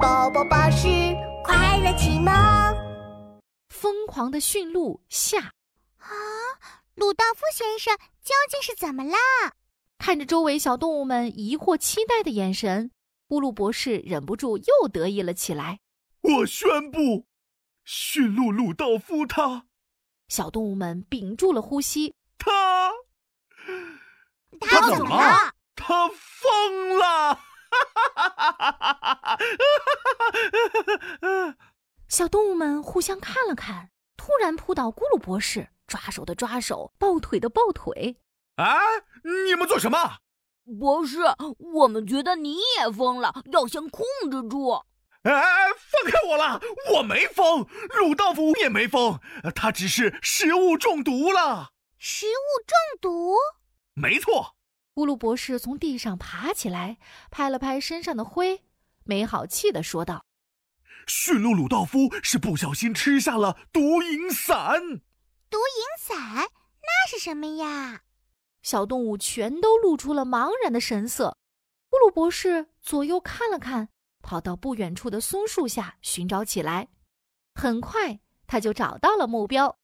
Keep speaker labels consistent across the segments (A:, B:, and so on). A: 宝宝巴士快乐启蒙
B: 疯狂的驯鹿下，
C: 啊，鲁道夫先生究竟是怎么啦？
B: 看着周围小动物们疑惑期待的眼神，布鲁博士忍不住又得意了起来。
D: 我宣布，驯鹿鲁道夫他
B: 小动物们屏住了呼吸，
D: 他
C: 他
D: 怎么了？他疯了！
B: 小动物们互相看了看，突然扑倒咕噜博士，抓手的抓手，抱腿的抱腿。
D: 啊！你们做什么？
E: 博士，我们觉得你也疯了，要先控制住。
D: 哎、放开我了！我没疯，鲁道夫也没疯，他只是食物中毒了。
C: 食物中毒？
D: 没错，
B: 咕噜博士从地上爬起来，拍了拍身上的灰，没好气地说道
D: 驯鹿鲁道夫是不小心吃下了毒蝇散。
C: 毒蝇散？那是什么呀？：“
B: 小动物全都露出了茫然的神色。”咕噜博士左右看了看，跑到不远处的松树下寻找起来。很快，他就找到了目标。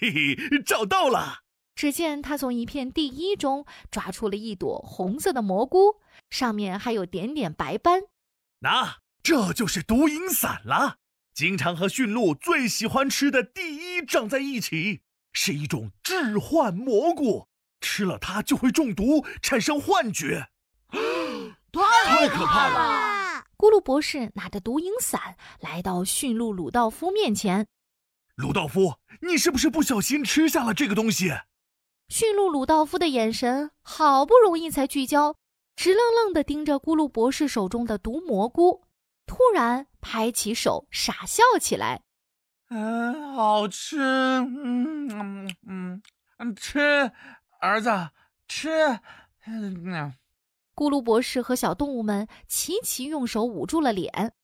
D: 嘿嘿，找到了！
B: 只见他从一片地衣中抓出了一朵红色的蘑菇，上面还有点点白斑。
D: 那、啊这就是毒蝇散了。经常和驯鹿最喜欢吃的第一长在一起，是一种致幻蘑菇，吃了它就会中毒，产生幻觉。
E: 太
D: 太可怕了！
C: 哇，
B: 咕噜博士拿着毒蝇伞来到驯鹿鲁道夫面前。
D: 鲁道夫，你是不是不小心吃下了这个东西？
B: 驯鹿鲁道夫的眼神好不容易才聚焦，直愣愣地盯着咕噜博士手中的毒蘑菇，突然拍起手傻笑起来。
F: 嗯，好吃，嗯嗯嗯嗯，吃，儿子吃，嗯，
B: 咕噜博士和小动物们齐齐用手捂住了脸。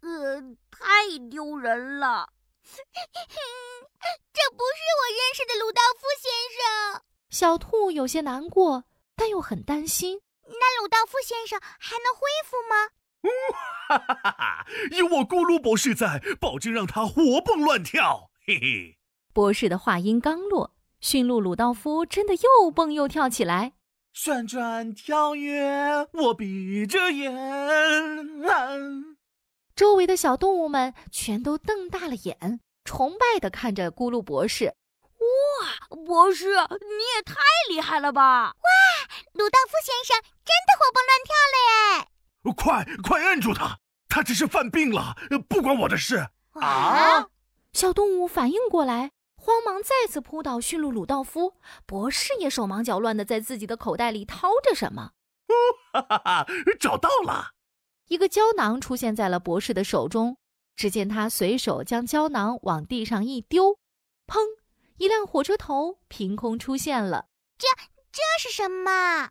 E: 呃，太丢人了。
C: 这不是我认识的鲁道夫先生。
B: 小兔有些难过，但又很担心。
C: 那鲁道夫先生还能恢复吗？
D: 哈哈哈哈！有我咕噜博士在，保证让它活蹦乱跳。嘿嘿，
B: 博士的话音刚落，驯鹿鲁道夫真的又蹦又跳起来。
F: 旋转跳跃，我闭着眼。嗯
B: 周围的小动物们全都瞪大了眼，崇拜地看着咕噜博士。
E: 博士，你也太厉害了吧！
C: 鲁道夫先生真的活蹦乱跳了耶！
D: 快快摁住它！它只是犯病了，不关我的事。
F: 啊！
B: 小动物反应过来，慌忙再次扑倒驯鹿鲁道夫。博士也手忙脚乱地在自己的口袋里掏着什么。
D: 哈哈哈，找到了！
B: 一个胶囊出现在了博士的手中，只见他随手将胶囊往地上一丢，砰！一辆火车头凭空出现了。
C: 这是什么？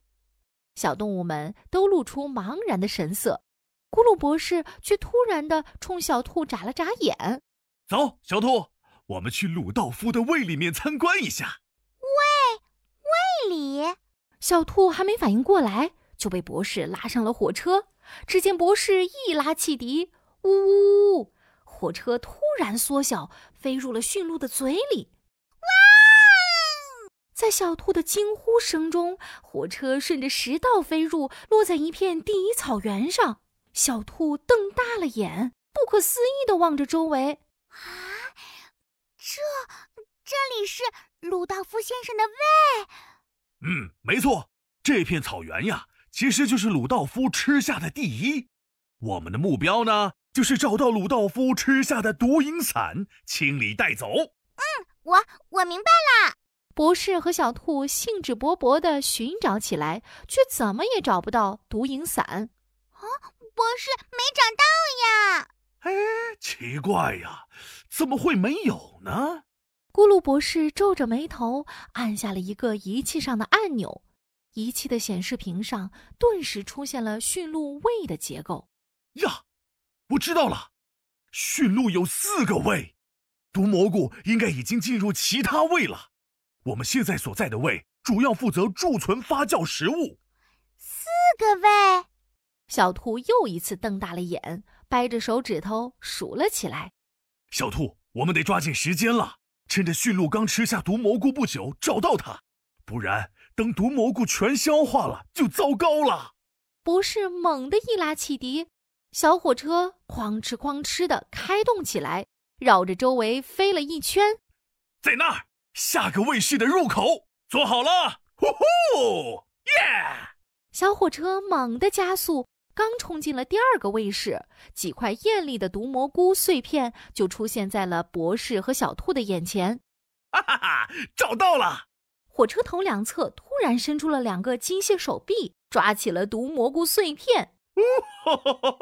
B: 小动物们都露出茫然的神色，咕噜博士却突然的冲小兔眨了眨眼。
D: 走，小兔，我们去鲁道夫的胃里面参观一下。
C: 贝里，哦
B: 小兔还没反应过来，就被博士拉上了火车。只见博士一拉汽笛，呜呜呜，火车突然缩小，飞入了驯鹿的嘴里。哦在小兔的惊呼声中，火车顺着食道飞入，落在一片地衣草原上。小兔瞪大了眼，不可思议地望着周围。
C: 这这里是鲁道夫先生的胃。
D: 嗯，没错，这片草原呀，其实就是鲁道夫吃下的第一。我们的目标呢，就是找到鲁道夫吃下的毒蝇散，清理带走。
C: 我我明白了，
B: 博士和小兔兴致勃勃地寻找起来，却怎么也找不到毒蝇伞。
C: 博士没找到呀。
D: 哎，奇怪呀，怎么会没有呢？
B: 咕噜博士皱着眉头，按下了一个仪器上的按钮，仪器的显示屏上顿时出现了驯鹿胃的结构。
D: 呀，我知道了，驯鹿有四个胃，毒蘑菇应该已经进入其他胃了。我们现在所在的胃主要负责贮存发酵食物。
C: 这个胃，
B: 小兔又一次瞪大了眼，掰着手指头数了起来。
D: 小兔，我们得抓紧时间了，趁着驯鹿刚吃下毒蘑菇不久找到它，不然等毒蘑菇全消化了就糟糕了。
B: 博士猛地一拉汽笛，小火车哐哧哐哧地开动起来，绕着周围飞了一圈。
D: 在那儿，下个卫士的入口，坐好了，呼呼，耶！
B: 小火车猛地加速，刚冲进了第二个卫士，几块艳丽的毒蘑菇碎片就出现在了博士和小兔的眼前。
D: 哈哈哈，找到了！
B: 火车头两侧突然伸出了两个机械手臂，抓起了毒蘑菇碎片。
D: 吼吼吼吼，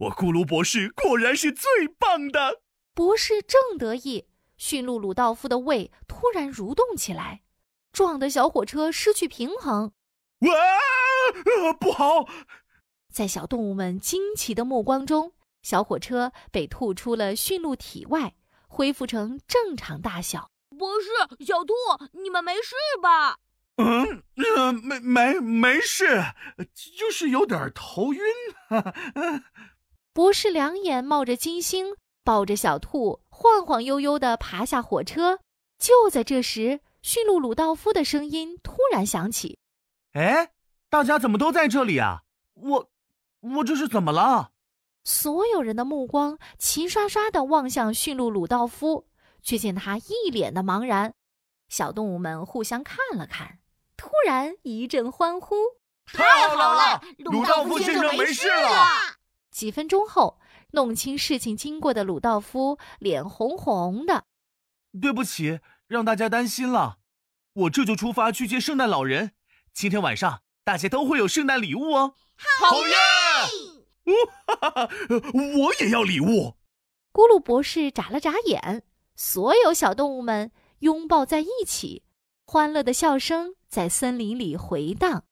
D: 我咕噜博士果然是最棒的。
B: 博士正得意，驯鹿鲁道夫的胃突然蠕动起来，撞得小火车失去平衡。
D: 哇，呃不好！
B: 在小动物们惊奇的目光中，小火车被吐出了驯鹿体外，恢复成正常大小。
E: 博士，小兔，你们没事吧？
F: 嗯，呃、没没没事，就是有点头晕。哈哈嗯
B: 博士两眼冒着金星，抱着小兔晃晃悠悠地爬下火车。就在这时，驯鹿鲁道夫的声音突然响起
F: 哎，大家怎么都在这里啊？我我这是怎么了？：“
B: 所有人的目光齐刷刷地望向驯鹿鲁道夫，却见他一脸的茫然。”小动物们互相看了看，突然一阵欢呼。
F: 太
E: 好了
F: 鲁道夫先生没事
E: 啊
F: 了。
B: 几分钟后，弄清事情经过的鲁道夫脸红红的。
F: 对不起，让大家担心了。我这就出发去接圣诞老人。今天晚上大家都会有圣诞礼物哦。好耶！
D: 哈哈，呃我也要礼物。
B: 咕噜博士眨了眨眼，所有小动物们拥抱在一起，欢乐的笑声在森林里回荡。